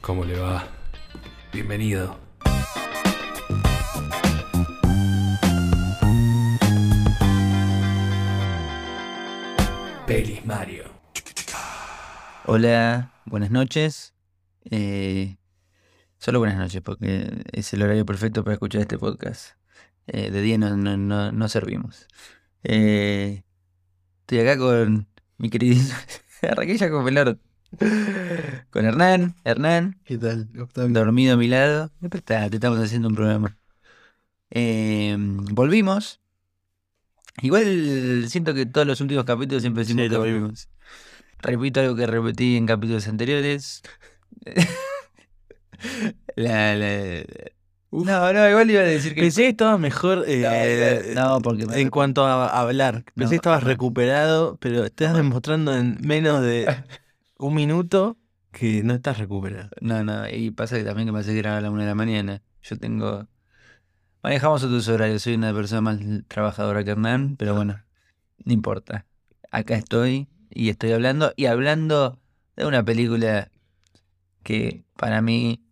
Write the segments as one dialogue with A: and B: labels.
A: ¿Cómo le va? Bienvenido. Pelis Mario.
B: Hola, buenas noches. Eh, solo buenas noches, porque es el horario perfecto para escuchar este podcast. Eh, de día no, no, no, no servimos.
C: Mm.
B: Eh, estoy acá con mi queridísimo. Arranqué ya con Pelor. Con Hernán, Hernán,
C: ¿Qué tal, Octavio?
B: dormido a mi lado. ¿Qué pasa? Te estamos haciendo un programa. Eh, volvimos. Igual siento que todos los últimos capítulos siempre decimos
C: Sí,
B: que
C: lo mismo.
B: volvimos. Repito algo que repetí en capítulos anteriores. La- la- No, no, igual iba a decir que.
C: Pensé que estabas mejor eh,
B: No, no, porque me-
C: en cuanto a hablar. Pensé
B: No.
C: que estabas recuperado, pero estás demostrando en menos de un minuto que no estás recuperado.
B: No, no, y pasa que también que me hace que era a la una de la mañana. Yo tengo. Manejamos otros horarios, soy una persona más trabajadora que Hernán, pero bueno, no importa. Acá estoy y estoy hablando, y hablando de una película que para mí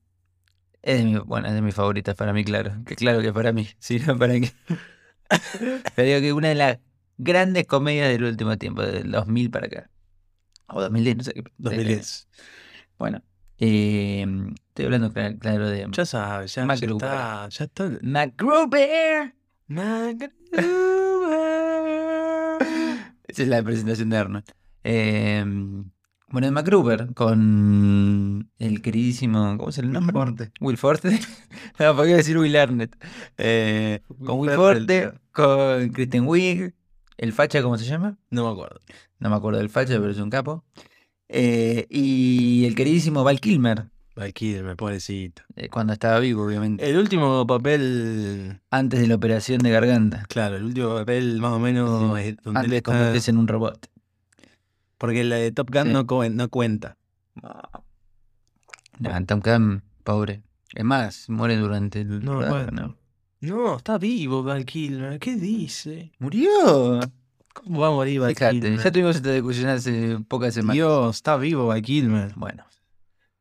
B: es de mi, bueno, es de mis favoritas, para mí, claro. Que claro que para mí, si no, para qué. Pero digo que una de las grandes comedias del último tiempo, del 2000 para acá. O 2010, no sé qué.
C: 2010.
B: Bueno, eh, estoy hablando cla- claro de
C: Ya sabes, ya, ya
B: Macro
C: está. Ya está.
B: MacGruber.
C: Macro.
B: Esa es la presentación de Arnold. Eh, bueno, de MacGruber con el queridísimo, ¿cómo es el nombre?
C: Forte.
B: Will Forte. no, porque iba a decir Will Arnett. Eh, con Will Forte, con Kristen Wiig, el facha, ¿cómo se llama?
C: No me acuerdo.
B: No me acuerdo del facha, pero es un capo. Eh, y el queridísimo Val Kilmer,
C: Val Kilmer, pobrecito.
B: eh, cuando estaba vivo, obviamente.
C: El último papel.
B: Antes de la operación de garganta.
C: Claro, el último papel más o menos es donde
B: Antes
C: él
B: de
C: está-
B: convertirse en un robot.
C: Porque la de Top Gun
B: Sí.
C: no, cuen- no cuenta.
B: No, Tom Cam, pobre. Es más, muere durante el.
C: No,
B: rodaje,
C: bueno. No, está vivo Val Kilmer. ¿Qué dice?
B: ¡Murió!
C: ¿Cómo va a morir Val
B: Fíjate,
C: Kilmer?
B: ya tuvimos esta discusión hace pocas semanas.
C: Dios, está vivo Val Kilmer.
B: Bueno,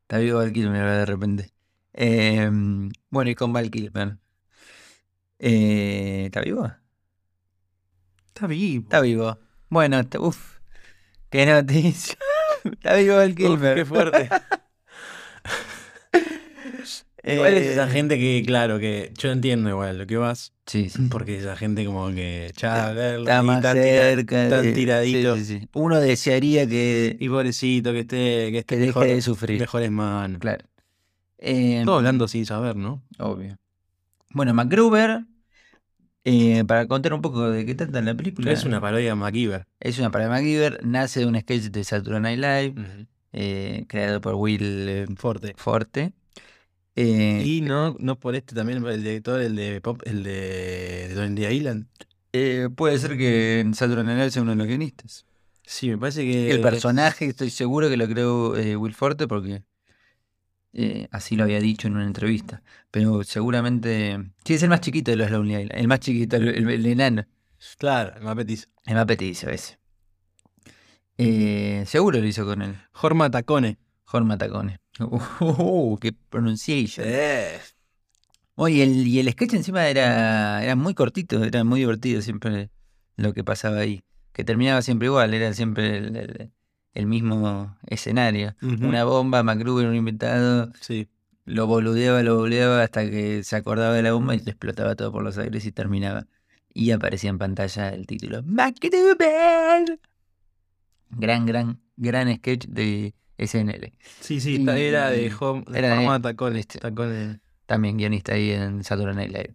B: está vivo Val Kilmer ahora de repente. Eh, bueno, y con Val Kilmer. Eh, ¿Está vivo?
C: Está vivo.
B: Está
C: Oh,
B: vivo. Bueno, está, uff. Qué noticia. está vivo Val Kilmer.
C: Qué fuerte. igual es
B: Eh,
C: esa gente que, claro, que yo entiendo igual lo que vas,
B: Sí, sí.
C: porque esa gente como que ya a ver,
B: Está
C: y
B: más
C: está tira-
B: cerca.
C: está
B: sí,
C: tiradito.
B: sí, sí. Uno desearía que,
C: Y pobrecito que esté, que
B: que
C: esté
B: deje
C: mejor,
B: de sufrir.
C: mejores manos.
B: Claro. Eh,
C: Todo hablando sin saber, ¿no?
B: Obvio. Bueno, MacGruber, eh, para contar un poco de qué trata la película.
C: Es una parodia de MacGyver.
B: Es una para MacGyver, nace de un sketch de Saturday Night Live, eh, creado por Will eh,
C: Fuerte.
B: Forte. Eh,
C: Y no, no por este también, el director, el de Pop, el de Lonely Island.
B: eh, puede ser que en Saturday Night Live sea uno de los guionistas.
C: Sí, me parece que.
B: El personaje estoy seguro que lo creó eh, Will Forte porque eh, así lo había dicho en una entrevista. Pero seguramente... Sí, es el más chiquito de los Lonely Island. El más chiquito, el- el- el enano.
C: Claro, me apetece.
B: Es más petizo ese. Eh, seguro lo hizo con el
C: Jorma Tacone.
B: Jorge Matacone. Uh, qué pronunciation.
C: Eh.
B: Oye, el, y el sketch encima era, era muy cortito, era muy divertido siempre lo que pasaba ahí. Que terminaba siempre igual, era siempre el, el- el mismo escenario.
C: Ujú.
B: Una bomba, MacGruber, un invitado,
C: Sí.
B: lo boludeaba, lo boludeaba hasta que se acordaba de la bomba y le explotaba todo por los aires y terminaba. Y aparecía en pantalla el título MacGruber. Gran, gran, gran sketch de SNL.
C: Sí, sí, está-
B: Y-
C: era de, Jom- de
B: era de-
C: Jorma Tacone.
B: este.
C: Tacone.
B: También guionista ahí en Saturday Night Live.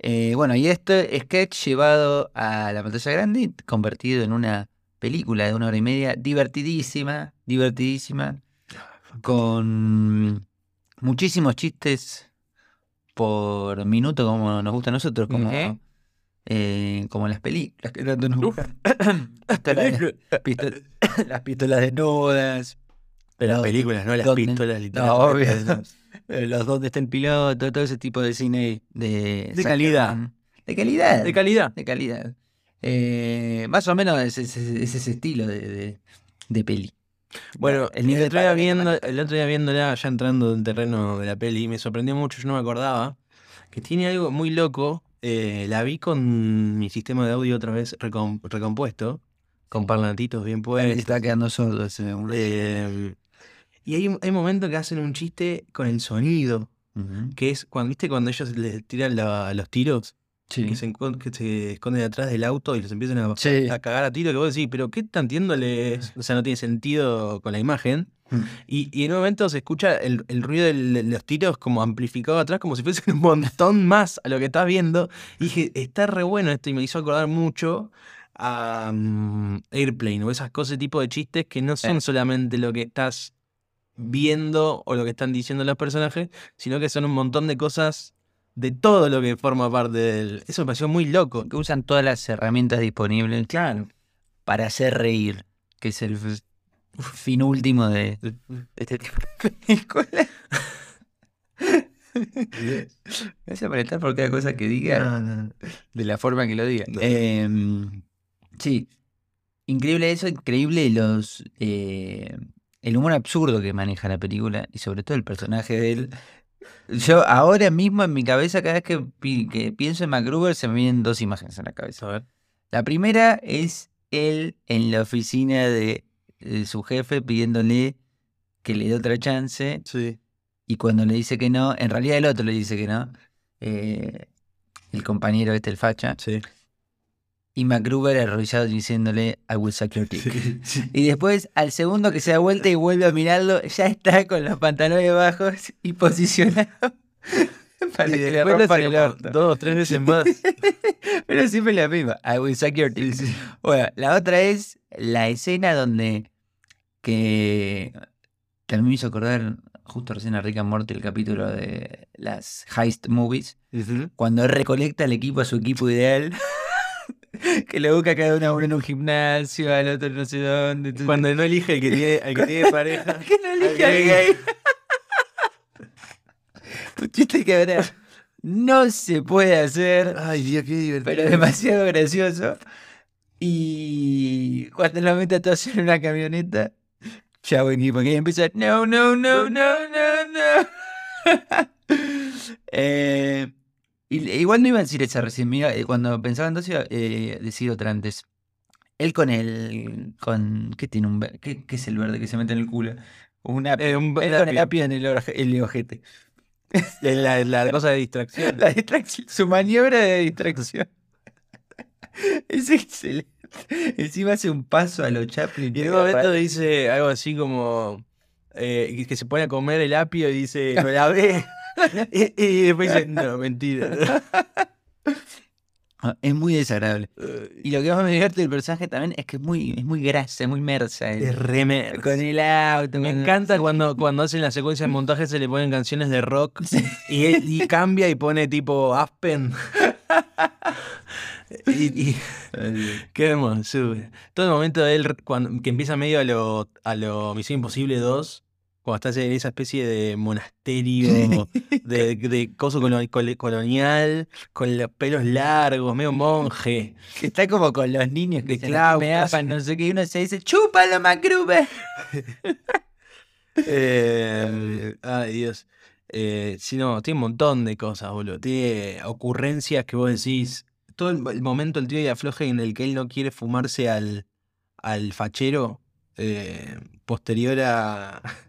B: Eh, bueno, y este sketch llevado a la pantalla grande, y convertido en una película de una hora y media, divertidísima, divertidísima, con muchísimos chistes por minuto, como nos gusta a nosotros, como,
C: Ujú.
B: eh, como las películas que tanto nos gustan. Pistolas- pistol- las pistolas desnudas.
C: Las
B: los-
C: películas, no las
B: ¿Dónde?
C: pistolas
B: No,
C: literalmente.
B: obvio. eh, Los dónde está el piloto, todo ese tipo de cine de,
C: De calidad.
B: Shyamalan. De calidad.
C: De calidad.
B: de calidad. Eh, más o menos es, es- es ese estilo de, de- de peli.
C: Bueno,
B: El nivel
C: el, otro
B: de
C: día
B: padre,
C: viendo, el otro día viéndola, ya entrando en terreno de la peli, me sorprendió mucho, yo no me acordaba, que tiene algo muy loco. eh, la vi con mi sistema de audio otra vez recom- recompuesto, con parlatitos bien
B: Me
C: puestos.
B: está quedando sordo ese hombre.
C: eh, y hay, hay momentos que hacen un chiste con el sonido,
B: Ujú.
C: que es cuando, ¿viste? cuando ellos les tiran la- los tiros, que, se, encon- que se esconden atrás del auto y los empiezan a,
B: Sí.
C: a cagar a tiro, que vos decís, pero ¿qué tan tiendo les- O sea, no tiene sentido con la imagen.
B: Mm.
C: Y, y en un momento se escucha el, el ruido del- de los tiros como amplificado atrás, como si fuese un montón más a lo que estás viendo. Y dije, está re bueno esto y me hizo acordar mucho a mm, Airplane o esas cosas, tipo de chistes que no son solamente lo que estás viendo o lo que están diciendo los personajes, sino que son un montón de cosas de todo lo que forma parte del... Eso me pareció muy loco.
B: Que usan todas las herramientas disponibles. Claro. Para hacer reír, que es el f- fin último de, de este tipo de película. Gracias por estar por cada cosa que diga, de la forma que lo diga.
C: No.
B: Em, sí. Increíble eso, increíble los eh, el humor absurdo que maneja la película y sobre todo el personaje de él. Yo ahora mismo en mi cabeza, cada vez que, pi- que pienso en MacGruber, se me vienen dos imágenes en la cabeza.
C: A ver.
B: La primera es él en la oficina de, de su jefe pidiéndole que le dé otra chance
C: Sí.
B: y cuando le dice que no, en realidad el otro le dice que no, eh, el compañero este, el facha,
C: Sí.
B: y MacGruber arrodillado diciéndole, I will suck your dick. Y después, al segundo que se da vuelta y vuelve a mirarlo, ya está con los pantalones bajos y posicionado para
C: Y
B: que le
C: después lo
B: rompan el
C: aceleró
B: orto.
C: dos, tres veces más.
B: Pero siempre la misma. I will suck your dick. Bueno, la otra es la escena donde que también me hizo acordar justo recién a Rick and Morty el capítulo de las heist movies, cuando recolecta al equipo a su equipo ideal, que lo busca cada uno a uno en un gimnasio, al otro no sé dónde. entonces-
C: Cuando no elige el que tiene, el que tiene pareja.
B: que no elige al
C: gay.
B: gay. Un chiste que ahora no se puede hacer.
C: Ay, Dios, qué divertido.
B: pero demasiado gracioso. Y cuando lo mete a todos en una camioneta, ya buen equipo, que empieza, no, no, no, no, no, no. Eh, y- igual no iba a decir esa recién, mira, eh, cuando pensaba en dos iba eh, decir otra antes. Él con el, con, ¿qué tiene un, ver- qué, qué es el verde que se mete en el culo? Una,
C: Eh, un-
B: él con el apio en el, orje- en el ojete.
C: la, la cosa de distracción.
B: La distracción, su maniobra de distracción. Es excelente. Encima hace un paso a los Chaplin.
C: Y en un momento dice algo así como eh, que- que se pone a comer el apio y dice, no la ve. y, y después dice, no, mentira.
B: Ah, Es muy desagradable. Y lo que más me divierte del personaje también es que es muy, es muy grasa, es muy mersa. el-
C: Es remer.
B: con el auto.
C: Me
B: con-
C: encanta cuando, cuando hacen la secuencia de montaje se le ponen canciones de rock y, él- y cambia y pone tipo Aspen. y, y- Qué hermoso. Todo el momento de él r- cuando, que empieza medio a lo, a lo Misión Imposible 2, cuando estás en esa especie de monasterio, de, de coso colo- col- colonial, con los pelos largos, medio monje.
B: que Está como con los niños que
C: De
B: se la me
C: Klaus.
B: apan, no sé qué. Y uno se dice, ¡chúpalo, Macrube!
C: Eh, ay, Dios. Eh, sí, no, tiene un montón de cosas, boludo. Tiene ocurrencias que vos decís. Todo el, el momento, el tío y afloje en el que él no quiere fumarse al, al fachero. eh, posterior a.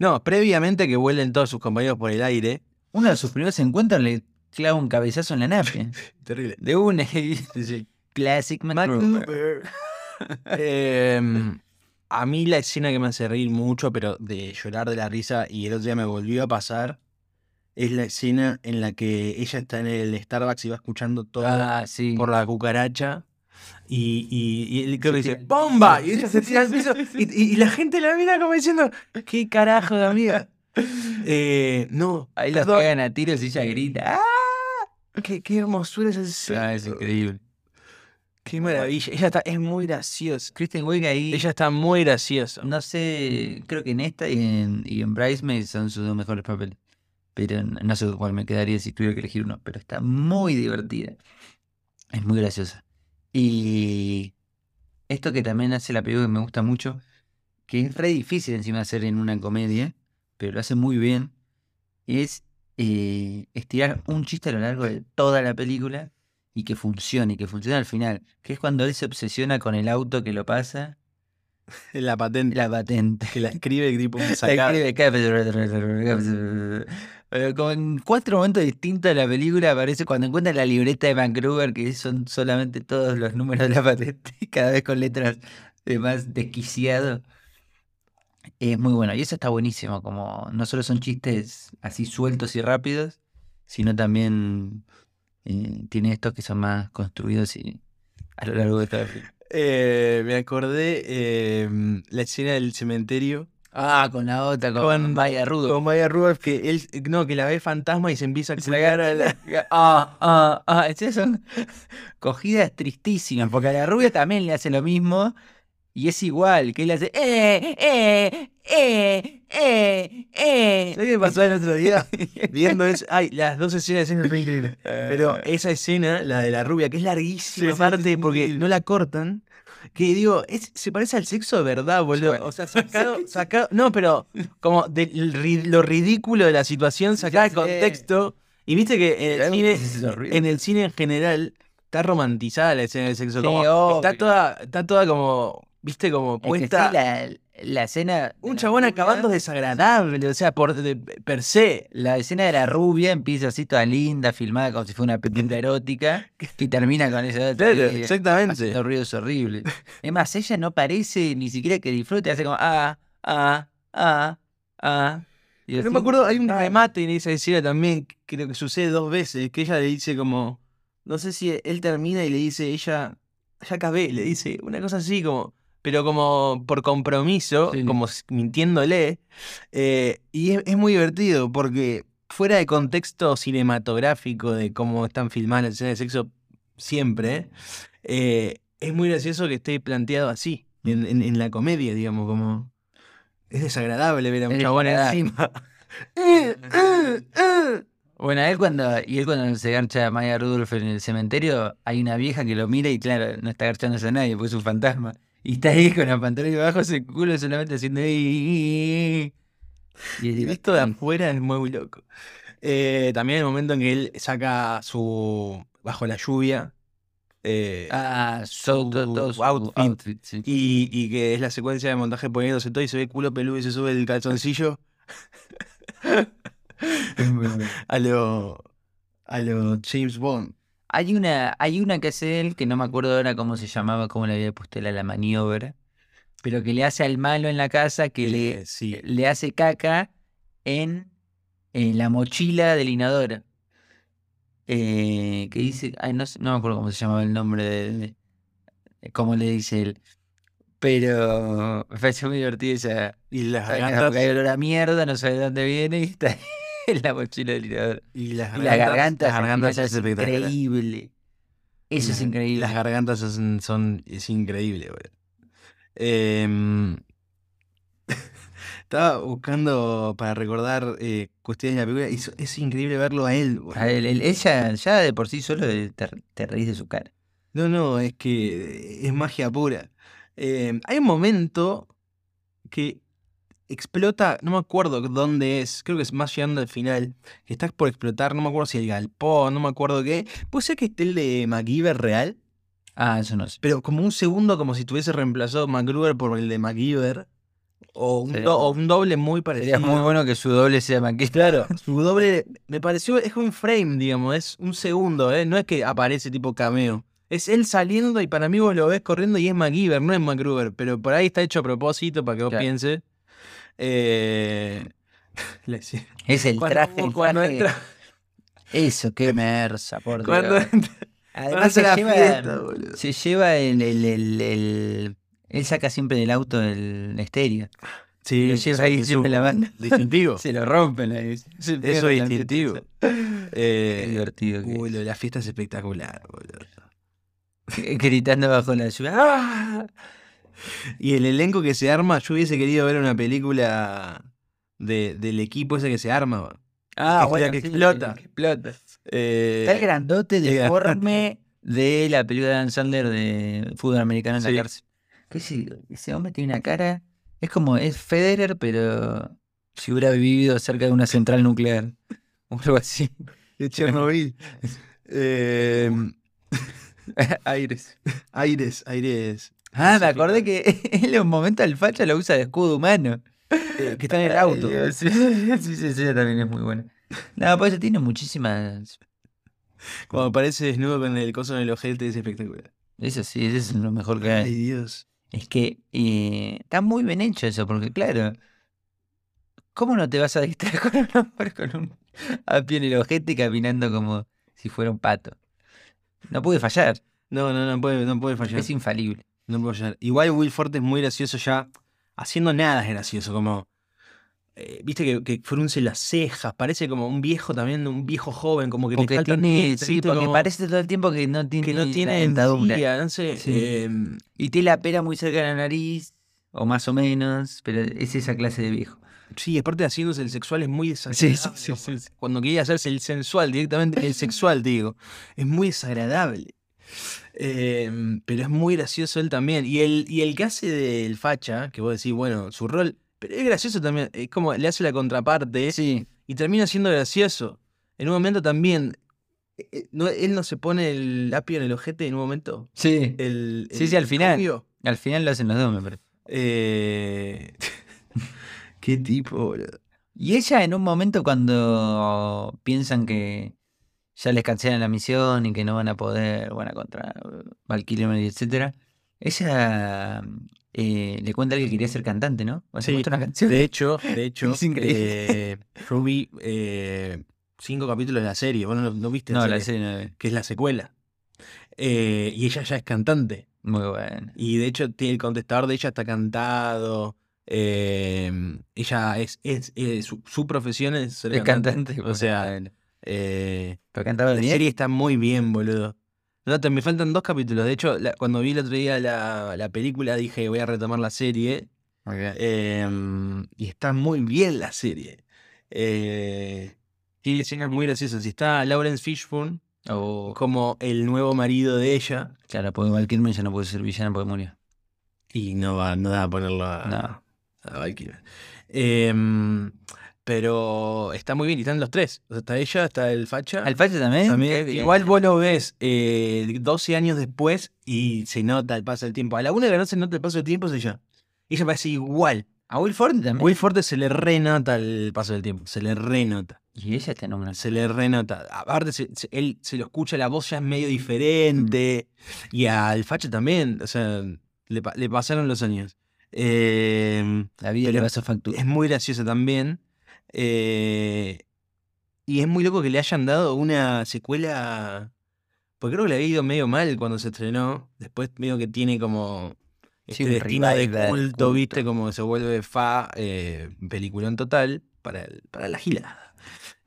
C: No, previamente que vuelen todos sus compañeros por el aire.
B: Uno de sus primeros encuentros le clava un cabezazo en la nave.
C: Terrible.
B: De una. y dice, Classic
C: Matt
B: MacGruber.
C: Cooper. Em, a mí la escena que me hace reír mucho, pero de llorar de la risa, y el otro día me volvió a pasar, es la escena en la que ella está en el Starbucks y va escuchando todo
B: Ah, sí.
C: por la cucaracha. Y, y, y él creo que dice,
B: tira-
C: ¡bomba! Y ella se tira al piso. Y, y- y la gente la mira como diciendo, ¡qué carajo de amiga! Eh, no,
B: Ahí los
C: perdón,
B: pegan a tiros y ella grita. "Ah".
C: qué, qué hermosura es escena.
B: es increíble.
C: Qué maravilla. Ella está, es muy graciosa.
B: Kristen Wiig ahí,
C: Ella está muy graciosa.
B: no sé, creo que en esta y en, y en Bridesmaids son sus dos mejores papeles. Pero n- no sé cuál me quedaría si tuviera que elegir uno, pero está muy divertida. Es muy graciosa. Y esto que también hace la película que me gusta mucho, que es re difícil encima hacer en una comedia, pero lo hace muy bien, es eh, estirar un chiste a lo largo de toda la película y que funcione, y que funcione al final, que es cuando él se obsesiona con el auto que lo pasa,
C: La patente.
B: la patente.
C: Que la escribe tipo un
B: La
C: sacado.
B: escribe Capture. Pero como en cuatro momentos distintos de la película aparece cuando encuentra la libreta de MacGruber, que son solamente todos los números de la patente, cada vez con letras de más desquiciado. Es muy bueno. Y eso está buenísimo, como no solo son chistes así sueltos y rápidos, sino también eh, tiene estos que son más construidos y a lo largo de toda la película.
C: Eh, me acordé eh, la escena del cementerio
B: Ah, con la otra, con,
C: Con-
B: Vaya Rudo.
C: con Maya Rudolph que él no que la ve fantasma y se empieza a
B: la
C: cagar a la-
B: Ah, ah, ah, esas son cogidas tristísimas, porque a la rubia también le hace lo mismo y es igual, que él hace... Eh, eh, eh, eh, eh.
C: ¿Sabés qué me pasó el otro día? Viendo eso. Ay, las dos escenas de escena son increíbles. Pero esa escena, la de la rubia, que es larguísima,
B: Sí, sí,
C: aparte,
B: sí,
C: porque
B: sí.
C: no la cortan. Que digo, es- se parece al sexo de verdad, boludo. O sea, sacado, sacado. No, pero como del ri- lo ridículo de la situación, sacada de
B: sí.
C: contexto. Y viste que en el, cine,
B: Es horrible.
C: en el cine en general está romantizada la escena del sexo.
B: Sí,
C: como- está
B: obvio.
C: toda, está toda como, viste, como
B: Es que sí,
C: puesta.
B: la, la escena...
C: Un chabón acabando desagradable, o sea, por de- per se.
B: La escena de la rubia empieza así toda linda, filmada como si fuera una película erótica, y termina con esa eh, otra
C: Claro,
B: que-
C: exactamente.
B: Haciendo ruidos horribles. Es más, ella no parece ni siquiera que disfrute, hace como ah, ah, ah, ah. Y
C: No
B: así,
C: me acuerdo, hay un
B: ah.
C: remate en esa escena también, que creo que sucede dos veces, que ella le dice como, no sé si él termina y le dice, ella, ya acabé, le dice, una cosa así como, pero como por compromiso,
B: Sí.
C: como s- mintiéndole, eh, y es, es muy divertido porque fuera de contexto cinematográfico de cómo están filmadas las escenas de sexo siempre, eh, es muy gracioso que esté planteado así, en, en- en la comedia, digamos, como... Es desagradable ver a un
B: Es
C: chabón
B: desagradable.
C: encima.
B: Bueno, él cuando, y él cuando se garcha a Maya Rudolph en el cementerio, hay una vieja que lo mira y claro, no está garchándose a nadie, porque es un fantasma. Y está ahí con la pantalla abajo, ese culo solamente haciendo... "Ih, ih, ih". Y
C: Y
B: es
C: visto de afuera es muy loco. Eh, también el momento en que él saca su. bajo la lluvia. eh,
B: Ah, so, to-
C: Su
B: to- su
C: outfit.
B: sí.
C: y, y que es la secuencia de montaje poniéndose todo y se ve culo peludo y se sube el calzoncillo a lo. a lo James Bond.
B: Hay una, hay una que hace él, que no me acuerdo ahora cómo se llamaba, cómo le había puesto él a la maniobra, pero que le hace al malo en la casa que
C: Eh,
B: le,
C: sí.
B: le hace caca en, en la mochila del inodoro. Eh, que dice, ay, no, sé- no me acuerdo cómo se llamaba el nombre de, de- de cómo le dice él. Pero me pareció muy divertido esa.
C: Y las
B: esa
C: gargantas.
B: Porque hay olor a mierda, no sabe de dónde viene y está en la mochila del inodoro.
C: Y las
B: Y la garganta,
C: las
B: es
C: gargantas es espectacular.
B: increíble. Eso es
C: Las-
B: increíble.
C: Las gargantas son, son- es increíble, boludo. Em, estaba buscando para recordar eh, cuestiones de la película y so- es increíble verlo a él, boludo.
B: A él- él- ella ya de por sí solo de- te, te reís de su cara.
C: No, no, es que es magia pura. Em, hay un momento que explota, no me acuerdo dónde es, creo que es más llegando al final, que está por explotar, no me acuerdo si el galpón, no me acuerdo qué. ¿Puede ser que esté el de MacGyver real?
B: Ah, eso no sé.
C: Pero como un segundo, como si tuviese reemplazado MacGruber por el de MacGyver. O un,
B: Sería
C: do-
B: bueno.
C: o un doble muy
B: Sería
C: parecido.
B: muy bueno que su doble sea maquista.
C: Claro, su doble me pareció, es un frame, digamos, es un segundo, ¿eh? no es que aparece tipo cameo. Es él saliendo y para mí vos lo ves corriendo y es MacGyver, no es MacGruber, pero por ahí está hecho a propósito para que vos
B: Claro.
C: pienses. Eh, la escena-
B: Es el
C: Cuando-
B: traje, el
C: cuando
B: traje.
C: entra-
B: Eso, qué merza, por Dios.
C: cuando entra-
B: Además
C: hace
B: se
C: la
B: lleva,
C: fiesta, boludo.
B: se lleva el, el, el, el- Él saca siempre del auto el estéreo.
C: Sí,
B: Lo lleva ahí
C: Eh, es
B: siempre
C: un
B: la banda.
C: distintivo.
B: Se lo rompen ahí. Se
C: Eso
B: pierde
C: es
B: la
C: distintivo.
B: fiesta. Qué
C: Eh,
B: divertido. que
C: Uy, lo de la fiesta es espectacular, boludo.
B: es. Gritando bajo la lluvia. ¡Ah!
C: Y el elenco que se arma, yo hubiese querido ver una película de, del equipo ese que se arma.
B: Ah,
C: Que
B: bueno,
C: que
B: sí,
C: explota.
B: que explota.
C: Eh,
B: Está el grandote
C: el grandote.
B: deforme de la película de Dan Sandler de fútbol americano en
C: Sí.
B: la cárcel. Que ese, ese hombre tiene una cara. Es como, es Federer, pero si hubiera vivido cerca de una central nuclear. O algo así.
C: De Chernobyl. Eh,
B: Aires.
C: aires, aires.
B: Ah, me acordé que en un momento el facha lo usa de escudo humano.
C: eh, que está en el auto.
B: Ay, Sí, sí, sí, sí, también es muy buena. No, pues tiene muchísimas.
C: Cuando aparece desnudo con el coso en el ojete es espectacular.
B: Eso sí, eso es lo mejor que hay.
C: Ay, Dios.
B: Es que eh, está muy bien hecho eso, porque claro, ¿cómo no te vas a distraer con un hombre con un a pie en el ojete caminando como si fuera un pato? No pude fallar,
C: No, no, no puede, no puede fallar.
B: es infalible.
C: No puede fallar. Igual Will Forte es muy gracioso ya. Haciendo nada es gracioso, como. eh, Viste que, que frunce las cejas, parece como un viejo también, un viejo joven, como que
B: Porque
C: le falta un
B: tiene,
C: dientecito,
B: sí, porque
C: como
B: parece todo el tiempo que no tiene,
C: que no
B: la
C: tiene
B: dentadura.
C: encía, no sé,
B: Sí.
C: eh,
B: Y tiene la pera muy cerca de la nariz, o más o menos, pero es esa clase de viejo.
C: Sí, aparte haciéndose el sexual es muy
B: sí,
C: desagradable.
B: sí, sí, sí.
C: Cuando quería hacerse el sensual directamente, el sexual, digo, es muy desagradable. Eh, pero es muy gracioso él también. Y el, y el que hace del facha, que vos decís, bueno, su rol, pero es gracioso también. Es como le hace la contraparte
B: Sí,
C: y termina siendo gracioso. En un momento también, eh, eh, no, él no se pone el apio en el ojete en un momento.
B: sí.
C: El,
B: Sí,
C: el
B: sí, al final.
C: rubio.
B: Al final lo hacen los dos, me parece.
C: Eh, Qué tipo, boludo.
B: Y ella en un momento cuando piensan que ya les cancelan la misión y que no van a poder, van a contra Valkyrie y etcétera, ella eh, le cuenta a él que quería ser cantante, ¿no? O sea,
C: Sí.
B: muestra una canción.
C: De hecho, de hecho,
B: Es increíble.
C: eh, yo vi eh, cinco capítulos de la serie. Vos no, no viste
B: no, la
C: serie,
B: escena no la vi.
C: que es la secuela. Eh, y ella ya es cantante.
B: muy buena.
C: Y de hecho, tiene el contestador de ella está cantado. eh, ella es, es, es- su, su profesión es ser
B: Es cantante. pues.
C: O sea, eh,
B: pero cantaba
C: la
B: bien.
C: serie está muy bien, boludo. No, te, me faltan dos capítulos. De hecho, la- cuando vi el otro día la, la película, dije voy a retomar la serie.
B: Muy bien.
C: Eh, y está muy bien la serie. Eh, tiene escenas muy graciosas. Y está Lawrence Fishburne
B: O-
C: como el nuevo marido de ella.
B: claro, porque Val Kilmer Oh, ya no puede ser villana porque murió.
C: Y no va, no da a ponerlo a,
B: No.
C: a Val Kilmer. Eh, pero está muy bien. Y están los tres. O sea, está ella, está el facha.
B: ¿Al Facha también?
C: También,
B: Qué bien.
C: igual vos lo ves eh, 12 años después y se nota el paso del tiempo. A la una que no se nota el paso del tiempo es ella. Ella parece igual.
B: A Will Forte también.
C: Will Forte se le renota el paso del tiempo, se le renota,
B: Y ella está en una...
C: se le renota. Aparte, se, se- él se lo escucha, la voz ya es medio diferente.
B: Mm.
C: Y al Facho también, o sea, le, pa- le pasaron los años. Eh,
B: La vida le
C: Pero-
B: pasa factura.
C: es muy graciosa también. eh, y es muy loco que le hayan dado una secuela. Porque creo que le había ido medio mal cuando se estrenó. Después medio que tiene como
B: Sí,
C: este
B: un
C: destino de
B: revival de
C: culto,
B: culto.
C: viste, como se vuelve fa, eh, peliculón total para, el- para la gilada.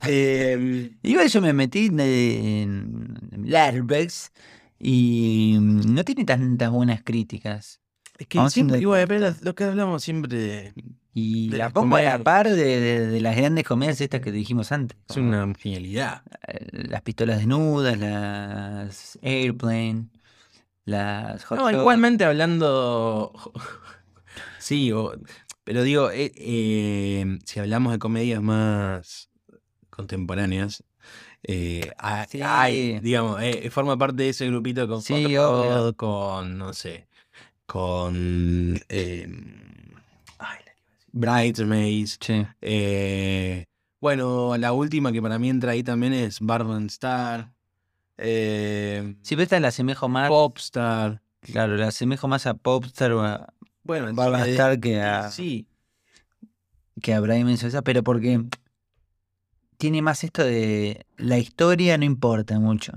C: Eh,
B: Igual yo me metí en, en Letterboxd y mm, no tiene tantas buenas críticas.
C: es que
B: Vamos
C: siempre,
B: haciendo-
C: igual, pero lo que hablamos siempre de-
B: Y
C: De
B: la
C: las
B: pongo a la
C: comedias.
B: par de, de- de las grandes comedias estas que dijimos antes.
C: es
B: como,
C: una genialidad.
B: eh, Las pistolas desnudas, las Airplane, las Hot
C: No,
B: Shots.
C: igualmente hablando. Sí, o- pero digo, eh, eh, si hablamos de comedias más contemporáneas, eh, ha-
B: Sí.
C: hay, digamos, eh, forma parte de ese grupito con
B: Sí,
C: Hot
B: obvio.
C: Rod, con, no sé, con. eh, ay, la que iba a decir, Bridesmaids.
B: Che,
C: eh, bueno, la última que para mí entra ahí también es Barman Star. eh,
B: Sí, pero esta la asemejo más.
C: Popstar.
B: Claro, la asemejo más a Popstar o a
C: Bueno,
B: Barbara
C: eh,
B: Star que a,
C: Sí,
B: que a Brian Mendoza, pero porque tiene más esto de la historia no importa mucho.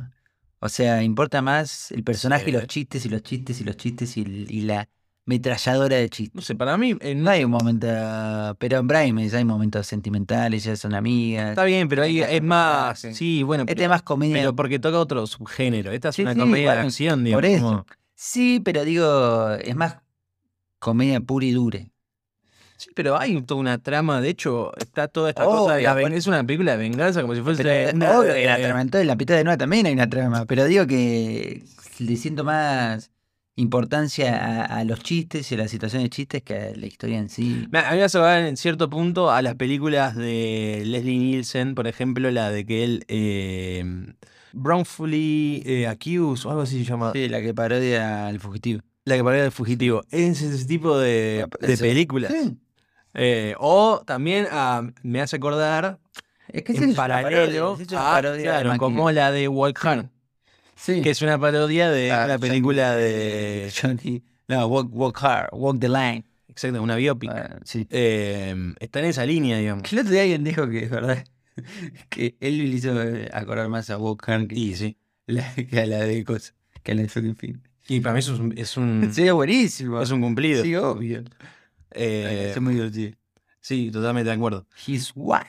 B: O sea, importa más el personaje y los
C: Sí.
B: chistes y los chistes y los chistes y, l- y la metralladora de
C: No
B: chistes.
C: sé, para mí eh,
B: No
C: no-
B: hay un momento, pero en Brian Mendoza hay momentos sentimentales, ya son amigas.
C: está bien, pero ahí es más.
B: Sí.
C: Sí, bueno,
B: Este
C: pero,
B: es más comedia.
C: pero porque toca otro subgénero. Esta es
B: Sí,
C: una
B: sí,
C: comedia de
B: bueno,
C: acción, digamos.
B: por eso. Sí, pero digo, es más comedia pura y dura.
C: Sí, pero hay toda una trama. De hecho, está toda esta
B: Obvio,
C: cosa. de la ven-
B: bueno.
C: Es una película de venganza, como si fuese.
B: Oh, Pero es
C: una-
B: obvio que la
C: eh,
B: trama, entonces en la pita de nueva también hay una trama, pero digo que le siento más importancia a, a los chistes y a las situaciones de chistes que a la historia en sí.
C: Me- A mí me hace acordar en cierto punto a las películas de Leslie Nielsen, por ejemplo, la de que él. eh, Wrongfully eh, Accused o algo así se llama.
B: Sí, la que parodia al fugitivo.
C: La que parecía de fugitivo. Es ese tipo de,
B: Ah,
C: de
B: eso.
C: películas. Eh, o también ah, me hace acordar
B: Es que ese
C: en
B: es una parodia,
C: paralelo
B: ese es una
C: a,
B: parodia de
C: claro,
B: Macri.
C: como la de Walk Hard,
B: Sí.
C: que es una parodia de
B: Ah,
C: la
B: Johnny-
C: película de.
B: Johnny. No, walk, walk hard, walk the line.
C: Exacto, una biopic.
B: Ah, sí.
C: Eh, está en esa línea, digamos.
B: El otro día alguien dijo que es verdad que Elvis le hizo eh, acordar más a Walk Hard que,
C: Y sí.
B: la- que a la de cosa, que a la de Shocking Film.
C: Y para mí eso es un, es un,
B: Sería buenísimo.
C: Mm. es un cumplido.
B: Sí, obvio.
C: Eh,
B: Eso es muy divertido.
C: sí, totalmente de acuerdo.
B: He's white.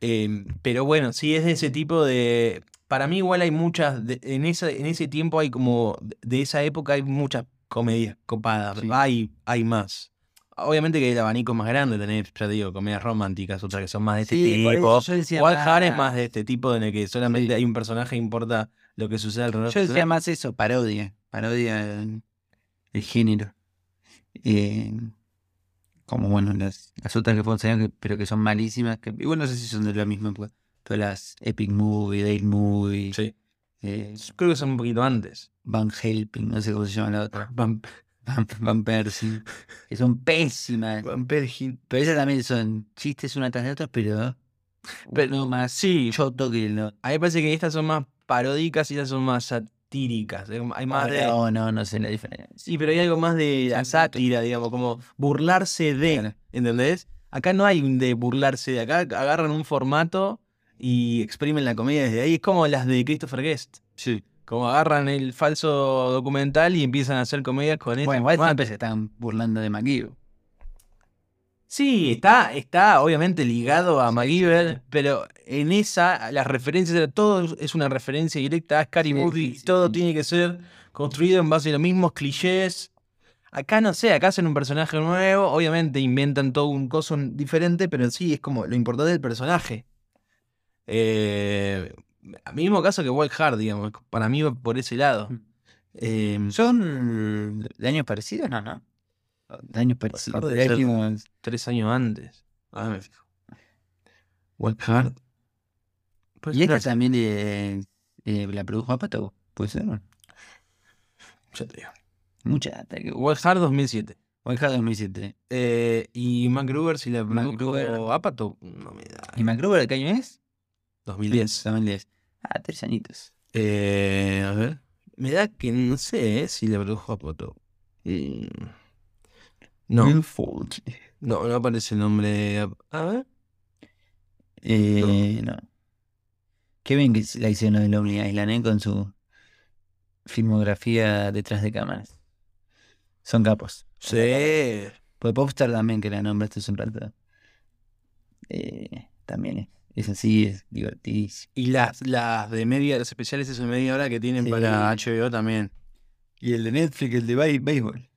C: Eh, pero bueno, sí es de ese tipo de. Para mí, igual hay muchas. de- en, esa, en ese tiempo hay como. De esa época hay muchas comedias copadas.
B: Sí.
C: Hay, hay más. Obviamente que el abanico es más grande, tenés, ya te digo, comedias románticas, otras que son más de este
B: por
C: tipo.
B: eso yo decía
C: Wild Heart
B: ah,
C: es más de este tipo, en el que solamente hay un personaje e importa lo que sucede alrededor.
B: Yo decía más eso, parodia. Parodia eh, de género. Eh, como bueno, las, las otras que fueron saliendo, que- pero que son malísimas. Que, igual no sé si son de la misma época. Todas las Epic Movie, Date Movie,
C: Sí.
B: eh,
C: Creo que son un poquito antes.
B: Van Helping, no sé cómo se llama la otra.
C: Van,
B: Van, Van Persie. Que son pésimas. Pero esas también son chistes una tras de otra, pero.
C: Pero-
B: uno más
C: Sí, yo-
B: choto que el otro.
C: a mí me parece que estas son más paródicas y estas son más satíricas. Hay más de.
B: No, oh, no, no sé la diferencia.
C: Sí, pero hay algo más de la
B: Exacto.
C: sátira, digamos, como burlarse de,
B: Claro.
C: ¿entendés? Acá no hay un de burlarse de, acá agarran un formato y exprimen la comedia desde ahí. Es como las de Christopher Guest,
B: Sí.
C: como agarran el falso documental y empiezan a hacer comedias con eso.
B: Bueno, igual siempre se están burlando de McGill.
C: Sí, está, está obviamente ligado a MacGyver, pero en esa, las referencias, era- todo es una referencia directa a Scary
B: Sí,
C: Movie,
B: sí, sí,
C: todo
B: sí.
C: tiene que ser construido en base a los mismos clichés. Acá no sé, acá hacen un personaje nuevo, obviamente inventan todo un coso diferente, pero sí es como lo importante del personaje. Eh, mismo caso que Wild Hard, digamos, para mí va por ese lado.
B: Mm.
C: Eh,
B: ¿Son daños parecidos? No, no. Daños parecidos.
C: puede ser.
B: Daños-
C: tres años antes. Ah, me fijo. Wild Hard. Puede
B: Y esta
C: ser.
B: también eh, eh, la produjo Apatow. Puede ser. ¿no?
C: Ya te digo.
B: Mucha data. que-
C: Wild Hard 2007.
B: Oaxaca 2007.
C: Eh, y MacGruber, si la
B: MacGruber.
C: o Apatow, no me da.
B: ¿Y MacGruber de qué año es?
C: 2010.
B: 2010. Ah, tres añitos.
C: Eh, a ver. Me da que no sé eh, si la produjo Apatow. Mm.
B: Mm.
C: No,
B: Milfold.
C: no, no aparece el nombre. de Ap- A ver.
B: Eh, no. Qué bien que la hicieron los de Lonely Island, ¿eh? Con su filmografía detrás de cámaras. Son capos.
C: Sí.
B: Pues Popstar también, que la nombraste hace un rato. Eh, también es, es así, es divertidísimo.
C: Y las, las de media, los especiales esos de media hora que tienen
B: Sí.
C: para HBO también.
B: Y el de Netflix, el de béisbol.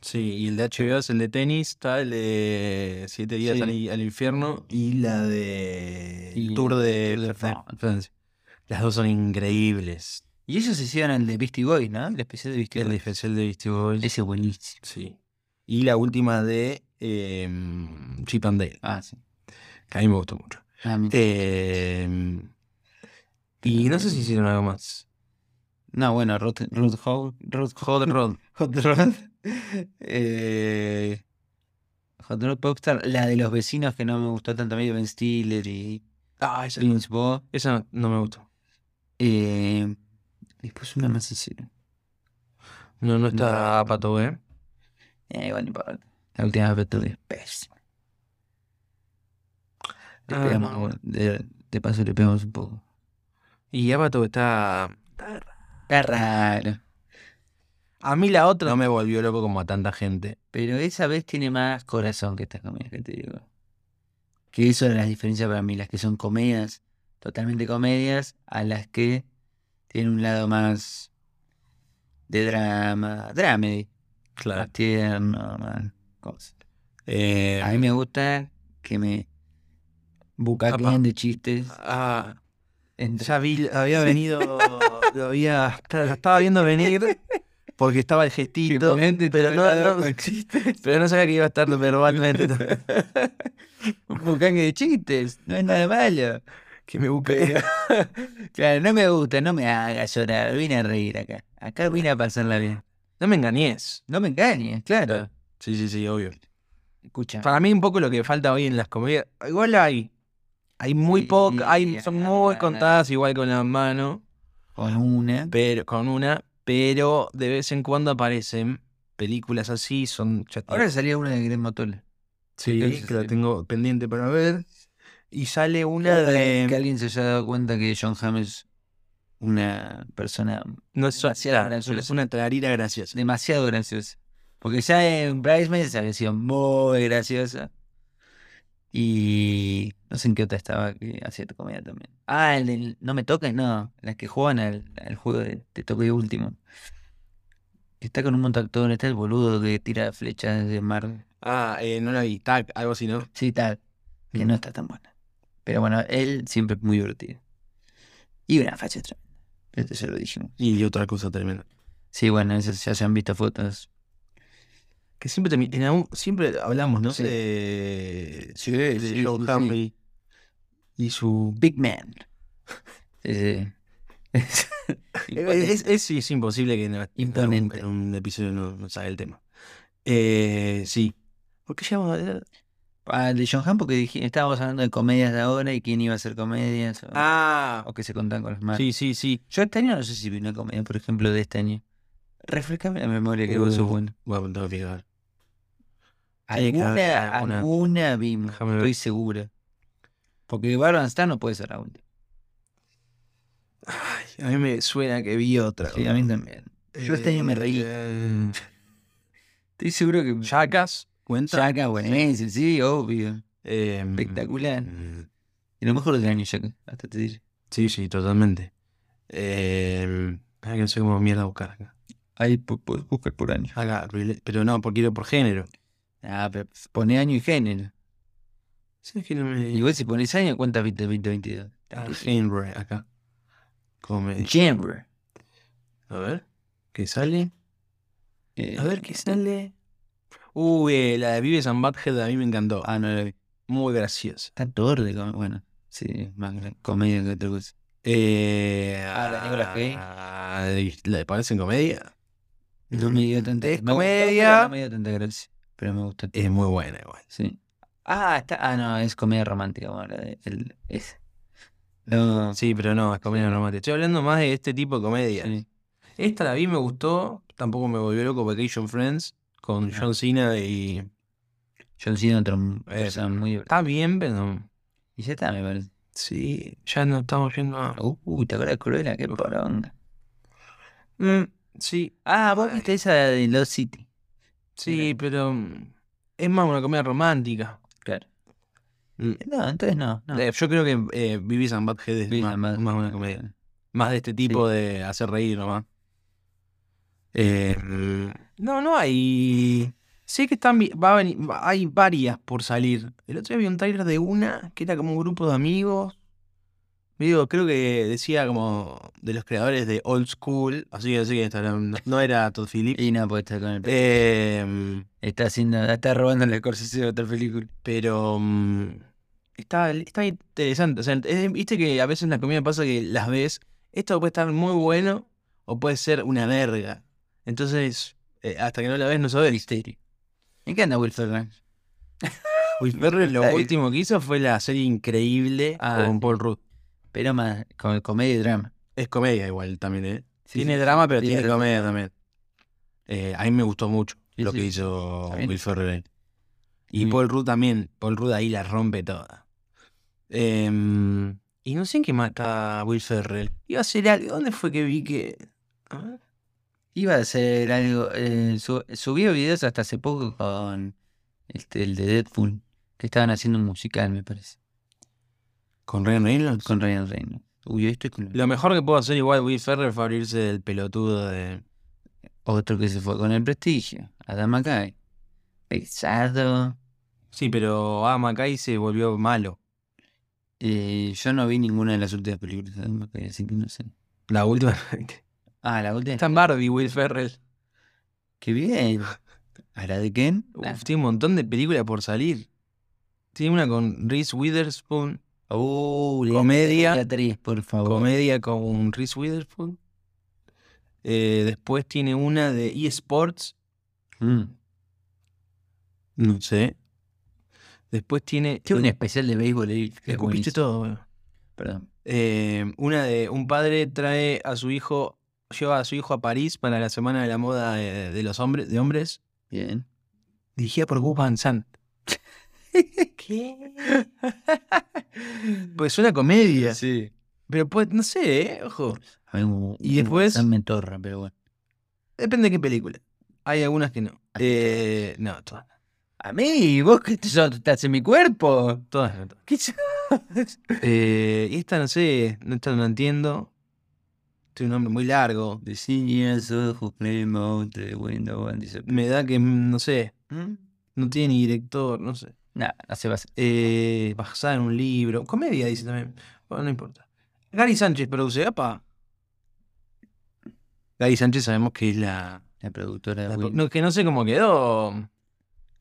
C: Sí, y el de HBO es el de tenis, está el de Siete Días
B: Sí.
C: al, al Infierno y la de
B: Y
C: el Tour de,
B: Tour de
C: de
B: France.
C: Francia. Las dos son increíbles.
B: Y ellos hicieron el de Beastie Boys, ¿no? El especial de Beastie
C: El
B: Boys.
C: especial de Beastie Boys.
B: Ese es buenísimo.
C: Sí. Y la última de eh, Chip and Dale,
B: Ah, sí.
C: que a mí me gustó mucho.
B: Ah, mira.
C: Eh, y no sé si hicieron algo más.
B: No, bueno, Rod, Rod Hall. Rod
C: Hot Rod.
B: Hot Rod. Eh, Hot Rod Popstar. La de los vecinos que no me gustó tanto a mí, Ben Stiller y
C: Ah, esa,
B: Prince Bo.
C: esa no, no me gustó.
B: Eh, después una más sencilla.
C: No, no está pato, ¿eh?
B: Eh, igual no importa. La última vez que tuve es pésima. Le
C: Ah,
B: pegamos,
C: no.
B: bueno, de, de paso le pegamos un poco.
C: Y Apato está.
B: Está raro.
C: A mí la otra no me volvió loco como a tanta gente.
B: Pero esa vez tiene más corazón que estas comedias que te digo. Que eso era la diferencia para mí, las que son comedias, totalmente comedias, a las que tienen un lado más de drama, dramedy,
C: Claro.
B: más tierno, más cosas.
C: Eh,
B: A mí me gusta que me bucaqueen de chistes.
C: ah,
B: entre-
C: ya vi, había venido, lo había, lo estaba viendo venir. porque estaba el gestito,
B: Simplemente
C: pero
B: te
C: no,
B: regalaron
C: no-
B: con chistes.
C: pero no sabía que iba a estar verbalmente.
B: Un bucangue de chistes. No es nada malo.
C: que me busqué.
B: Claro, no me gusta, no me hagas llorar. Vine a reír acá. Acá vine a pasarla bien.
C: No me engañes.
B: No me engañes, claro.
C: Sí, sí, sí, obvio.
B: Escucha.
C: Para mí un poco lo que falta hoy en las comedias. Igual hay. Hay muy
B: Sí,
C: pocas, hay, son muy
B: ah.
C: contadas igual con la mano,
B: Con una.
C: pero con una, pero de vez en cuando aparecen películas así, son ya
B: Ahora salía una de Greg Motola.
C: Sí,
B: creo que sí,
C: que la
B: sí.
C: tengo pendiente para ver. Y sale una
B: Que
C: de.
B: alguien se haya dado cuenta que John Hamm es una persona
C: No es
B: Graciosa.
C: graciosa, es una tararira graciosa.
B: demasiado graciosa. Porque ya en Bridesmaids había sido muy graciosa. Y no sé en qué otra estaba que hacía comedia también. Ah, el del No me toques, no. Las que juegan al, al juego de Te toco y último. Que está con un montón de actores, Está el boludo que tira flechas de mar.
C: Ah, eh, no la vi, tac, algo así, ¿no?
B: Sí, tal. Que
C: Mm.
B: no está tan buena. Pero bueno, él siempre es muy divertido. Y una facha tremenda. Esto ya lo dijimos.
C: Y otra cosa tremenda.
B: Sí, bueno, esas ya se han visto fotos.
C: Que siempre, termi- en algún- siempre hablamos, ¿no?
B: Sí.
C: De,
B: Sí,
C: de
B: sí,
C: John
B: sí.
C: Henry y su...
B: Big Man. Sí, sí. Es,
C: Es, es- es imposible que no,
B: Eh, Imponente.
C: en un episodio no, no salga el tema. Eh, sí. ¿Por qué llamamos?
B: Ah, el de John Hamm, porque dije- estábamos hablando de comedias de ahora y quién iba a hacer comedias. O,
C: Ah,
B: o que se contaban con las manos.
C: sí, sí, sí.
B: Yo este año no sé si vi una comedia, por ejemplo, de este año. Refrescame la memoria que vos
C: Uh,
B: sos bueno.
C: Bueno, tengo que fijar. hay que haber
B: Alguna,
C: alguna.
B: alguna vimos,
C: Déjame ver.
B: estoy seguro. Porque Barban Star no puede ser la última.
C: A mí me suena que vi otra.
B: Sí, a mí también. Yo este año me reí.
C: Eh,
B: Estoy seguro que.
C: Jackass, cuenta.
B: Saca, buenísimo, sí, obvio.
C: Eh,
B: Espectacular.
C: mm,
B: Y lo mejor del año, Jack. Hasta te diré.
C: Sí, sí, totalmente. Eh, ah, que no sé cómo mierda buscar acá.
B: Ahí pu- puedes buscar por año.
C: Acá, rela- pero no, porque quiero por género.
B: Ah, pero pone año y género.
C: Sí, es que no me.
B: Igual si pones año, ¿cuántas viste 2022?
C: Ah, genre, acá. Come-
B: Genre.
C: A ver, ¿qué sale?
B: Eh,
C: A ver, ¿qué sale? Uy, eh, la de Vives and Butthead a mí me encantó.
B: Ah, no la vi.
C: Muy graciosa.
B: Tanto orden, como- bueno. Sí, más gran- comedia que otra cosa.
C: Eh,
B: Ah, la de Nicolas Cage.
C: ah, ¿y ¿Le parecen comedia?
B: No me dio tanta
C: Es
B: me gustó, pero
C: comedia.
B: No me dio tanta gracia. Pero me gustó.
C: Es muy buena igual.
B: Sí. Ah, está. Ah, no, es comedia romántica. Bueno, la de- el, ese. No.
C: Sí, pero no, es comedia normal. Te estoy hablando más de este tipo de comedia.
B: sí.
C: Esta la vi, me gustó. Tampoco me volvió loco Vacation Friends con
B: No.
C: John Cena y...
B: John Cena, otro persona muy divertida.
C: Está bien, pero...
B: Y ya está, me parece.
C: Sí, ya no estamos yendo a...
B: Uy, ¿te acuerdas de Cruella? Qué poronga.
C: Mm, sí, eh,
B: Ah, vos viste esa de Lost City.
C: sí, pero... mm, Es más una comedia romántica.
B: Claro.
C: Mm.
B: No, entonces no. no.
C: Eh, yo creo que eh, Vivis and Butthead es
B: Vivis
C: más,
B: and Butthead.
C: más una comedia. Más de este tipo de hacer reír nomás. Eh, no, no hay. Sé que están, vi- va a venir- va- hay varias por salir. El otro día vi un trailer de una que era como un grupo de amigos. Digo, creo que decía como de los creadores de Old School. Así que así que esta no, no era Todd Phillips.
B: Y no, porque está con el.
C: Eh,
B: Está haciendo. Está robando la Scorsese de otra película.
C: Pero mm, está, está interesante. O sea, es- viste que a veces en la comida pasa que las ves. Esto puede estar muy bueno o puede ser una verga. Entonces, eh, hasta que no la ves, no sabes.
B: Misterio. ¿En qué anda Will Ferrell?
C: Will Ferrell lo
B: Está bien.
C: último que hizo fue la serie increíble
B: Ah,
C: con
B: sí.
C: Paul Rudd.
B: Pero más. Con comedia y drama.
C: Es comedia igual también, ¿eh?
B: Sí,
C: tiene
B: sí,
C: drama, pero
B: Tiene
C: tiene,
B: drama.
C: comedia también. Eh, a mí me gustó mucho
B: Sí,
C: lo
B: sí.
C: que hizo
B: Está bien.
C: Will Ferrell. Y
B: Mm.
C: Paul Rudd también. Paul Rudd ahí la rompe toda. Em, y no sé en qué mata Will Ferrell. Iba a hacer algo. ¿Dónde fue que vi que.? A ver.
B: Iba a hacer algo. eh, su- subió videos hasta hace poco con. Este, el de Deadpool. Que estaban haciendo un musical, me parece.
C: ¿Con Ryan Reynolds?
B: Con Ryan Reynolds. Uy, yo estoy con.
C: Lo mejor que puedo hacer igual Will Ferrell fue abrirse del pelotudo de.
B: Otro que se fue con el prestigio. Adam McKay. Pesado.
C: Sí, pero ah, Mackay se volvió malo.
B: Eh, yo no vi ninguna de las últimas películas de Adam McKay, así que no sé.
C: La última.
B: Ah, la última.
C: Está en Barbie, Will Ferrell.
B: Qué bien. ¿A la de Ken?
C: Uf, tiene un montón de películas por salir. Tiene una con Reese Witherspoon.
B: Uh,
C: Comedia.
B: Beatriz, por favor.
C: comedia con Reese Witherspoon. Eh, después tiene una de eSports.
B: Mm.
C: No sé. Después tiene. eh,
B: Tiene un especial de béisbol ahí. que es
C: Escupiste
B: buenísimo.
C: todo, boludo.
B: Perdón.
C: Eh, una de un padre trae a su hijo, lleva a su hijo a París para la semana de la moda eh, de, los hombres, de hombres,
B: Bien.
C: dirigida por Gus Van Sant. ¿Qué? Pues una comedia.
B: Sí.
C: Pero pues, no sé, eh, ojo.
B: A mí un-
C: Y después-
B: un- Me torra, pero bueno.
C: Depende de qué película. Hay algunas que no. Eh, no, todas. no.
B: A mí, vos que estás en mi cuerpo.
C: Todas no. todas.
B: ¿Qué sos?
C: Eh, y esta no sé, no, esta no la entiendo. Tiene un nombre muy largo.
B: The seniors who play out the window and disappear.
C: Me da que, mm, no sé,
B: ¿Mm?
C: no tiene ni director, no sé.
B: Nah, no se va a hacer.
C: Eh, basada en un libro. Comedia, dice también. Bueno, no importa. Gary Sánchez produce, apa. Gary Sánchez sabemos que es la.
B: La productora
C: la
B: de
C: pro-
B: Will.
C: no, que no sé cómo quedó.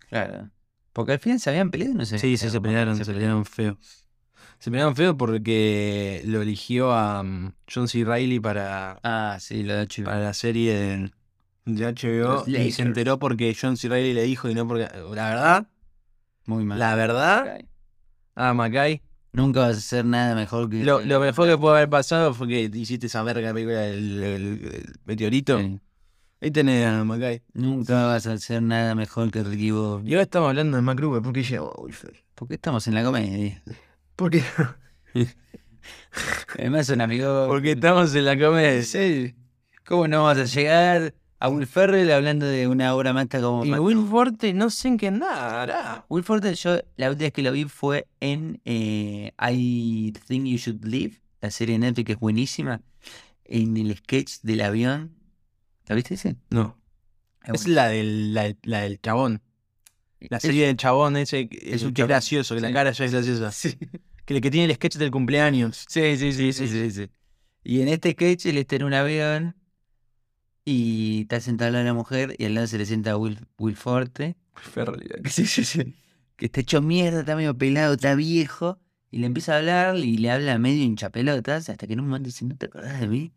B: Claro. Porque al final se habían peleado, no sé.
C: Sí, sí, se pelearon, se pelearon feo. Se pelearon feo porque lo eligió a mm, John C. Reilly para,
B: Ah, sí, lo de HBO.
C: para la serie de, de HBO
B: Los
C: y
B: Lakers.
C: se enteró porque John C. Reilly le dijo y no porque. La verdad,
B: Muy mal.
C: la verdad.
B: Ay.
C: Ah, Mackay.
B: Nunca vas a hacer nada mejor que.
C: Lo, lo mejor que pudo haber pasado fue que hiciste esa verga película del el- el meteorito.
B: Sí.
C: Ahí tenés a Macay.
B: Nunca vas a hacer nada mejor que Ricky Bobby.
C: Y ahora estamos hablando de MacGruber, porque ella. oh, uy, fe-
B: ¿Por qué estamos en la comedia?
C: ¿Por qué?
B: Además, un amigo.
C: Porque estamos en la comedia.
B: Sí. ¿Cómo no vas a llegar a Will Ferrell hablando de una obra maestra como.
C: Y Will Forte no sé en qué andará.
B: Will Forte, yo la última vez que lo vi fue en eh, I Think You Should Leave, la serie de Netflix que es buenísima, en el sketch del avión. ¿La viste ese?
C: No.
B: Ah,
C: Es
B: bueno.
C: la del, la, la del chabón. La
B: Es-
C: serie del chabón ese. que-
B: es un
C: que
B: chabón.
C: es gracioso, que la
B: Sí.
C: cara ya es graciosa. Que el que tiene el sketch del cumpleaños.
B: Sí, sí, sí, sí, sí, sí. Y en este sketch él está en un avión y está sentada al lado de la mujer y al lado se le sienta Will, Will Forte,
C: Sí, sí, sí.
B: que está hecho mierda, está medio pelado, está viejo, y le empieza a hablar y le habla medio hinchapelotas hasta que en un momento dice, ¿no te acordás de mí?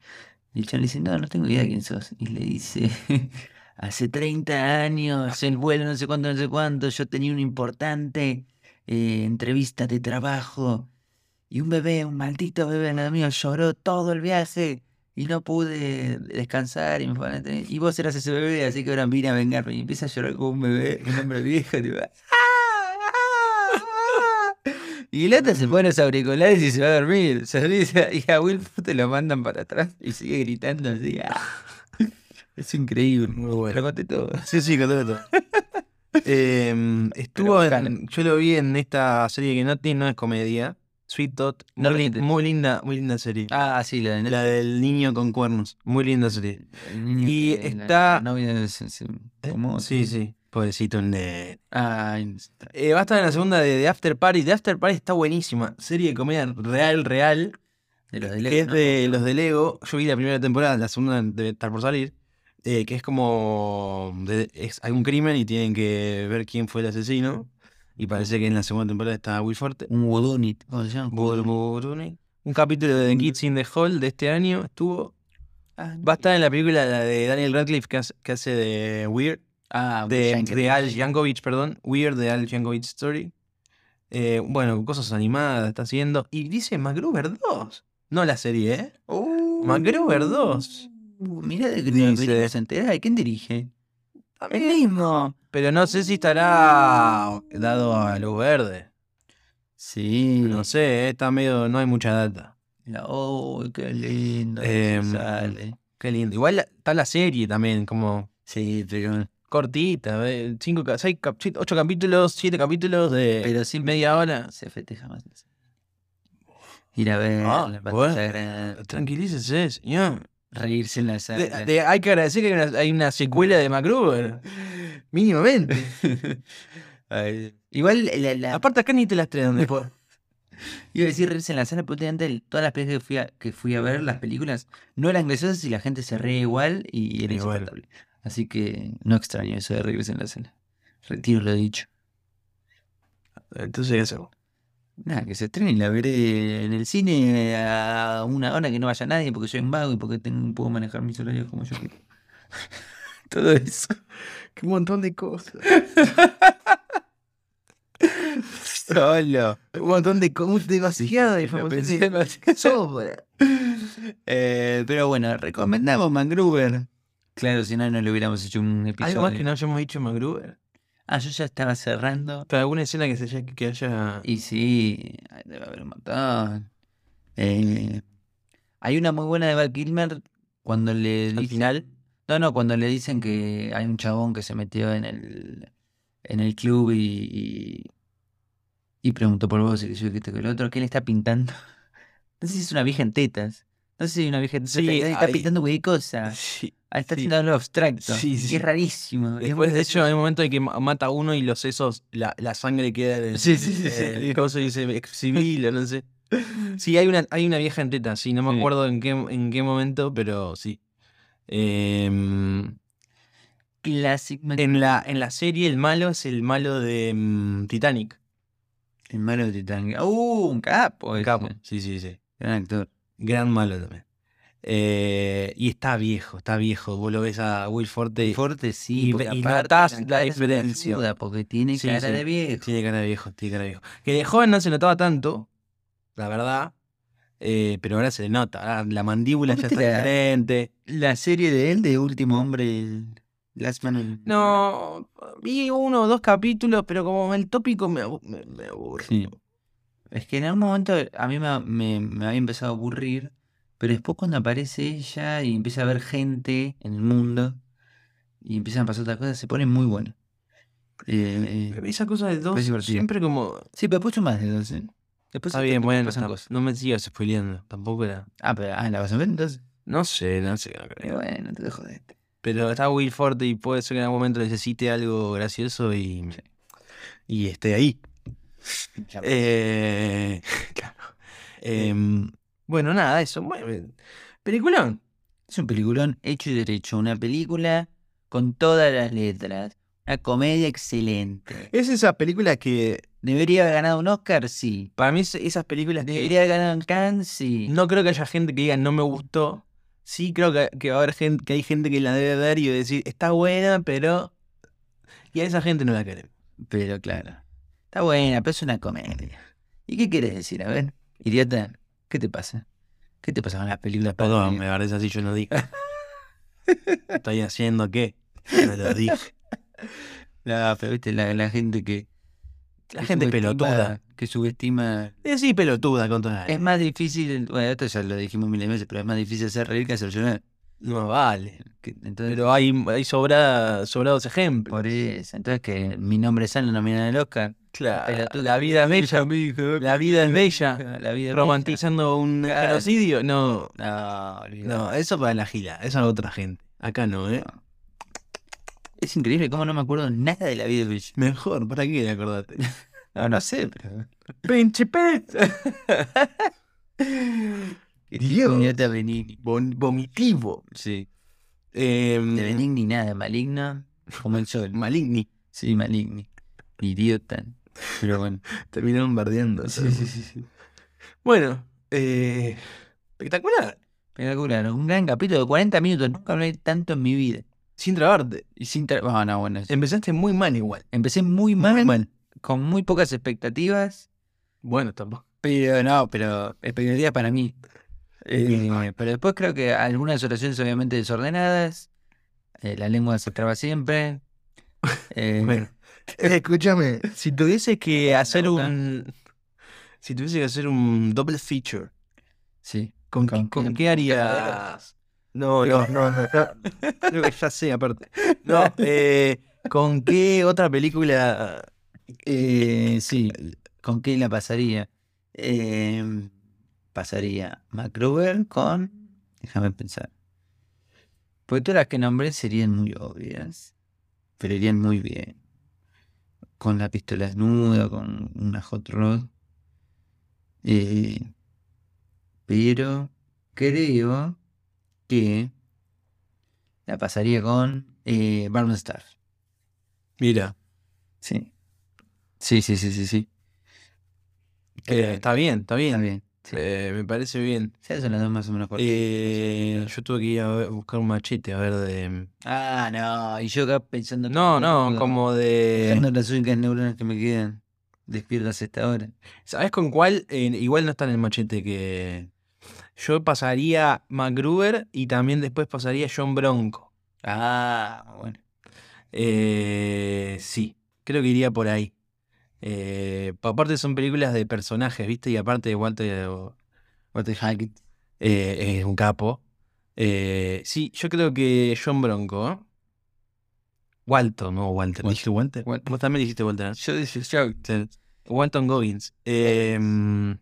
B: Y el chon le dice, no, no tengo idea de quién sos. Y le dice, hace 30 años, el vuelo no sé cuánto, no sé cuánto, yo tenía una importante eh, entrevista de trabajo y un bebé, un maldito bebé nada mío, lloró todo el viaje y no pude descansar y me fueron a tener- Y vos eras ese bebé, así que ahora vine a vengarme. Y empieza a llorar como un bebé, un hombre viejo, tipo, "Ah, ah, ah". Y el otro se pone los auriculares y se va a dormir. Se ríe y a Will te lo mandan para atrás y sigue gritando así. "Ah". Es increíble.
C: Muy
B: Te
C: bueno.
B: Lo conté todo.
C: Sí, sí, contrato. Eh, estuvo
B: Pero
C: en-
B: gana.
C: yo lo vi en esta serie que no tiene, no es comedia. Sweet Tot,
B: No
C: muy, lin-
B: repite.
C: muy linda, muy linda serie.
B: Ah, sí, la de
C: La del niño con cuernos, muy linda serie.
B: El niño
C: Y
B: que la-
C: está- ¿Eh?
B: la novia de- se- se- ¿cómo?
C: Sí, sí, pobrecito el nene.
B: Ay,
C: Eh, va a estar en la segunda de, de After Party. De After Party está buenísima, serie de comedia real, real.
B: de los de
C: que es
B: Lego, ¿no?
C: de los de Lego. Yo vi la primera temporada, la segunda debe estar por salir. eh, que es como. de- es- hay un crimen y tienen que ver quién fue el asesino. Y parece que en la segunda temporada está Will Forte.
B: Un Wodunit. ¿Cómo se llama?
C: Borborone. Un capítulo de The Kids in the Hall de este año estuvo.
B: Ah,
C: Va a estar en la película la de Daniel Radcliffe que hace, que hace de Weird.
B: Ah,
C: De,
B: Yankovic.
C: de Al Yankovic, perdón. Weird de Al Yankovic Story. Eh, bueno, cosas animadas está haciendo. Y dice MacGruber 2. No la serie, ¿eh?
B: Uh,
C: MacGruber 2.
B: uh, Mirá de que
C: Dice-
B: nos venimos a enterar. ¿Y ¿Quién dirige? El mismo.
C: Pero no sé si estará dado a luz verde.
B: Sí.
C: No sé, eh, está medio. No hay mucha data.
B: La- Oh, qué lindo.
C: Em,
B: se sale.
C: Qué lindo. Igual la- está la serie también, como
B: Sí, pero,
C: cortita. eh, Cinco, ca- seis, cap- siete- ocho capítulos, siete capítulos de
B: pero sin
C: media hora.
B: se festeja más. Ir a ver
C: Ah,
B: la
C: bueno.
B: pantalla grande,
C: Tranquilícese, señor.
B: reírse en la sala.
C: De- de- hay que agradecer que hay una, hay una secuela de MacGruber. Mínimamente.
B: Ay, Igual eh, la, la-
C: Aparte, acá ni te la estrenan después.
B: Iba a decir reírse en la sala, pero últimamente el- todas las veces que fui, a, que fui a ver las películas no eran graciosas y la gente se reía igual y era
C: Igual.
B: insoportable. Así que no extraño eso de Riggs en la cena. Retiro lo dicho.
C: Entonces, ¿qué hacemos?
B: Nada, que se estrene y la veré en el cine a una hora que no vaya nadie porque soy un vago y porque tengo, puedo manejar mis horarios como yo quiero. Todo eso.
C: Qué montón de cosas.
B: Solo.
C: Un montón de cosas. Demasiada información. Sobra.
B: Eh, pero bueno, recomendamos Mangroover. Claro, si no, no le hubiéramos hecho un episodio.
C: Algo más que no hayamos dicho en MacGruber.
B: Ah, yo ya estaba cerrando.
C: Pero alguna escena que, se haya, que haya.
B: Y sí, ay, debe haber un montón. Eh, hay una muy buena de Val Kilmer cuando le
C: Al
B: dice-
C: final.
B: No, no, cuando le dicen que hay un chabón que se metió en el, en el club y, y, y preguntó por vos y que yo que esto que el otro, que él está pintando. No sé si es una vieja en tetas. No sé si es una vieja en tetas.
C: Sí,
B: él está
C: ay.
B: pintando cualquier cosa.
C: Sí.
B: Ah, Está
C: sí.
B: haciendo algo abstracto.
C: Sí,
B: Y
C: sí.
B: Es rarísimo. y es muy
C: Después, de hecho, hay un momento en que ma- mata a uno y los sesos, la, la sangre queda en el.
B: Sí, sí, sí, sí.
C: en el coso y se exhibila, no sé. Sí, hay una, hay una vieja en teta, sí, no me
B: Sí.
C: acuerdo en qué, en qué momento, pero sí. Em,
B: Classic man-
C: en, la, en la serie, el malo es el malo de mm, Titanic.
B: El malo de Titanic. ¡Uh! Un capo.
C: El
B: ese.
C: capo. Sí, sí, sí.
B: Gran actor.
C: Gran malo también. Eh, y está viejo, está viejo. Vos lo ves a Will Forte.
B: Forte, sí.
C: y
B: porque
C: ve- y
B: aparte
C: notás
B: cara
C: la
B: es
C: diferencia.
B: peluda, Porque tiene
C: Sí,
B: cara
C: sí.
B: de viejo.
C: Tiene cara de viejo, tiene cara de viejo. Que de joven no se notaba tanto, la verdad. eh, pero ahora se le nota. ahora la mandíbula ya
B: ¿Viste
C: está
B: la-
C: diferente.
B: La serie de él, de Último Hombre, el Last Man. on-
C: No, vi uno o dos capítulos, pero como el tópico me, abu- me, me aburre.
B: Sí. Es que en algún momento a mí me, me- me había empezado a aburrir, pero después cuando aparece ella y empieza a ver gente en el mundo y empiezan a pasar otras cosas, se pone muy bueno. Eh, eh,
C: Esa cosa de dos,
B: Es divertido.
C: siempre como...
B: sí, pero mucho más de dos, ¿eh? Después
C: Está
B: te-
C: bien,
B: te
C: bueno,
B: pasan
C: está-
B: cosas.
C: no me sigas spoileando, tampoco era...
B: Ah, pero ah, la vas a ver entonces.
C: No sé, no sé, no
B: Eh,
C: creo.
B: bueno, te dejo de
C: Pero está Will Forte y puede ser que en algún momento necesite algo gracioso y... Y esté ahí. Eh, claro. Em, bueno, nada, eso. Bueno, eh, peliculón.
B: Es un peliculón hecho y derecho, una película con todas las letras, una comedia excelente.
C: Es esa película que.
B: ¿Debería haber ganado un Oscar? Sí.
C: Para mí, es- esas películas. que-
B: ¿Debería haber ganado un Cannes? Sí.
C: no creo que haya gente que diga no me gustó. Sí, creo que, que va a haber gente, que hay gente que la debe ver y decir está buena, pero. Y a esa gente no la queremos.
B: Pero claro. Está buena, pero es una comedia. ¿Y qué quieres decir? A ver, idiota, ¿qué te pasa? ¿Qué te pasa con las películas?
C: Perdón,
B: patrias?
C: me parece así, yo no dije. ¿Estoy haciendo qué? No lo dije.
B: No, pero viste, la, la gente que.
C: La
B: que
C: gente
B: subestima-
C: pelotuda.
B: Que subestima.
C: Decí pelotuda con toda.
B: Es más difícil. Bueno, esto ya lo dijimos miles de veces, pero es más difícil hacer reír que hacer llorar.
C: No vale.
B: Que- entonces,
C: Pero hay, hay sobra- sobrados ejemplos.
B: por eso. Entonces, que mi nombre sale nominado al Oscar.
C: Claro.
B: Pelotuda.
C: La vida es bella, La vida es bella.
B: La vida.
C: Romantizando un
B: Claro.
C: genocidio. No,
B: No, olvidate.
C: no, eso para la gila. Eso para otra gente. Acá no, ¿eh?
B: Es increíble cómo no me acuerdo nada de la vida de Bella.
C: Mejor, ¿para qué te acordaste?
B: No, no sé, pero.
C: ¡Pinche pez! Dios.
B: Idiota Benigni.
C: vomitivo.
B: Sí. De
C: Eh,
B: Benigni nada, maligno. Como el sol.
C: maligni.
B: Sí, Maligni. Idiota. Pero bueno.
C: Terminaron bardeando. todo. Bueno, eh, espectacular.
B: Espectacular. Un gran capítulo de 40 minutos. Nunca hablé tanto en mi vida.
C: Sin trabarte.
B: Y sin tra- Bueno, no, bueno.
C: Empezaste muy mal igual.
B: Empecé muy mal,
C: mal.
B: con muy pocas expectativas.
C: Bueno, tampoco.
B: Pero no, pero expectativas para mí. Eh, pero después creo que algunas oraciones obviamente desordenadas. eh, la lengua se traba siempre. eh,
C: Bueno, escúchame, si tuviese que hacer
B: boca.
C: un. Si tuviese que hacer un double feature,
B: Sí.
C: ¿con,
B: ¿Con
C: qué, con
B: qué?
C: qué harías? No, no, no, no, no. Creo que ya sé, aparte. No, eh, ¿con qué otra película?
B: Eh, sí, ¿con qué la pasaría? Eh, pasaría MacGruber con. Déjame pensar. Porque todas las que nombré serían muy obvias, pero irían muy bien. Con la pistola desnuda, con una hot rod. Eh, pero creo que la pasaría con eh, Baron Staff.
C: Mira,
B: Sí. Sí, sí, sí, sí, sí.
C: eh, está bien, está bien.
B: Está bien. Sí.
C: Eh, me parece bien.
B: Sí, son las dos más o menos cortas.
C: Eh, yo tuve que ir a ver- buscar un machete, a ver de...
B: Ah, no. Y yo acá pensando.
C: No, no,
B: boludo,
C: como de...
B: Dejando las únicas neuronas que me quedan despiertas a esta hora.
C: ¿Sabes con cuál? Eh, igual no está en el machete que... Yo pasaría MacGruber y también después pasaría John Bronco.
B: Ah, bueno.
C: Eh, sí, creo que iría por ahí. Eh, pa- aparte son películas de personajes, ¿viste? Y aparte Walter,
B: Walter Hackett.
C: eh, es un capo. Eh, sí, yo creo que John Bronco. ¿eh? Walton, no Walter.
B: Walton.
C: ¿Dijiste Walter?
B: Wal-
C: Vos también dijiste Walter. ¿eh?
B: Yo dije Shocked.
C: Walton Goggins. Eh, mm,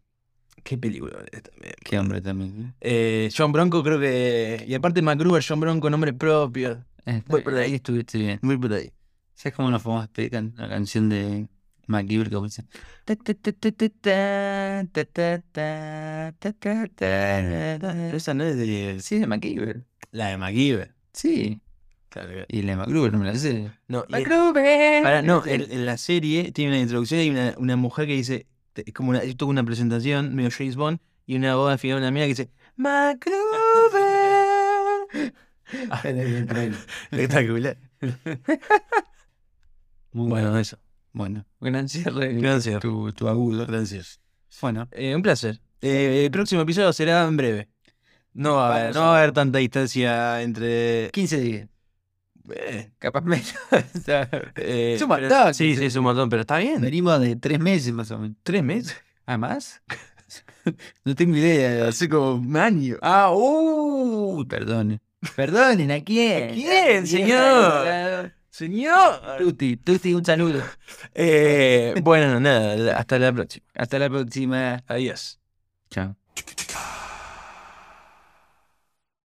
C: qué película es también.
B: Qué hombre también.
C: Eh, John Bronco creo que... Y aparte MacGruber, John Bronco, nombre propio.
B: ¿eh? Está
C: Voy
B: bien,
C: por ahí.
B: estuviste bien.
C: Muy por ahí.
B: ¿Sabes cómo nos podemos pedir can- la canción de MacGyver que dice? "Ta, ta, ta, ta, ta, ta, ta, ta, ta, ta, ta, ta, ta"?
C: Esa no es de...
B: Sí, de MacGyver.
C: La de MacGyver.
B: Sí.
C: Claro que-
B: Y la de MacGruber, no me la sé.
C: No, y-
B: ¡MacGruber!
C: Pará, no, en, en la serie tiene una introducción y una, una mujer que dice, te- es como una, es toda una presentación, medio James Bond, y una voz al final de una mina que dice, MacGruber. Ah, Espectacular.
B: Muy
C: Bueno, eso.
B: Bueno, gran cierre.
C: Gracias.
B: Tu, tu agudo.
C: Gracias.
B: Bueno,
C: un placer. Eh, el próximo episodio será en breve. No va a haber, no va a haber tanta distancia entre...
B: 15 días.
C: eh,
B: Capaz menos. O sea,
C: eh,
B: Es un montón.
C: pero- Sí, sí, es un montón, pero está bien.
B: Venimos de tres meses más o menos.
C: Tres meses.
B: ¿Además? No tengo idea.
C: Hace como un año.
B: Ah, uh, perdonen. Perdonen, ¿a quién?
C: ¿A quién, señor? Señor.
B: Tuti, Tuti, un saludo.
C: Eh, bueno, nada, hasta la próxima.
B: Hasta la próxima.
C: Adiós.
B: Chao.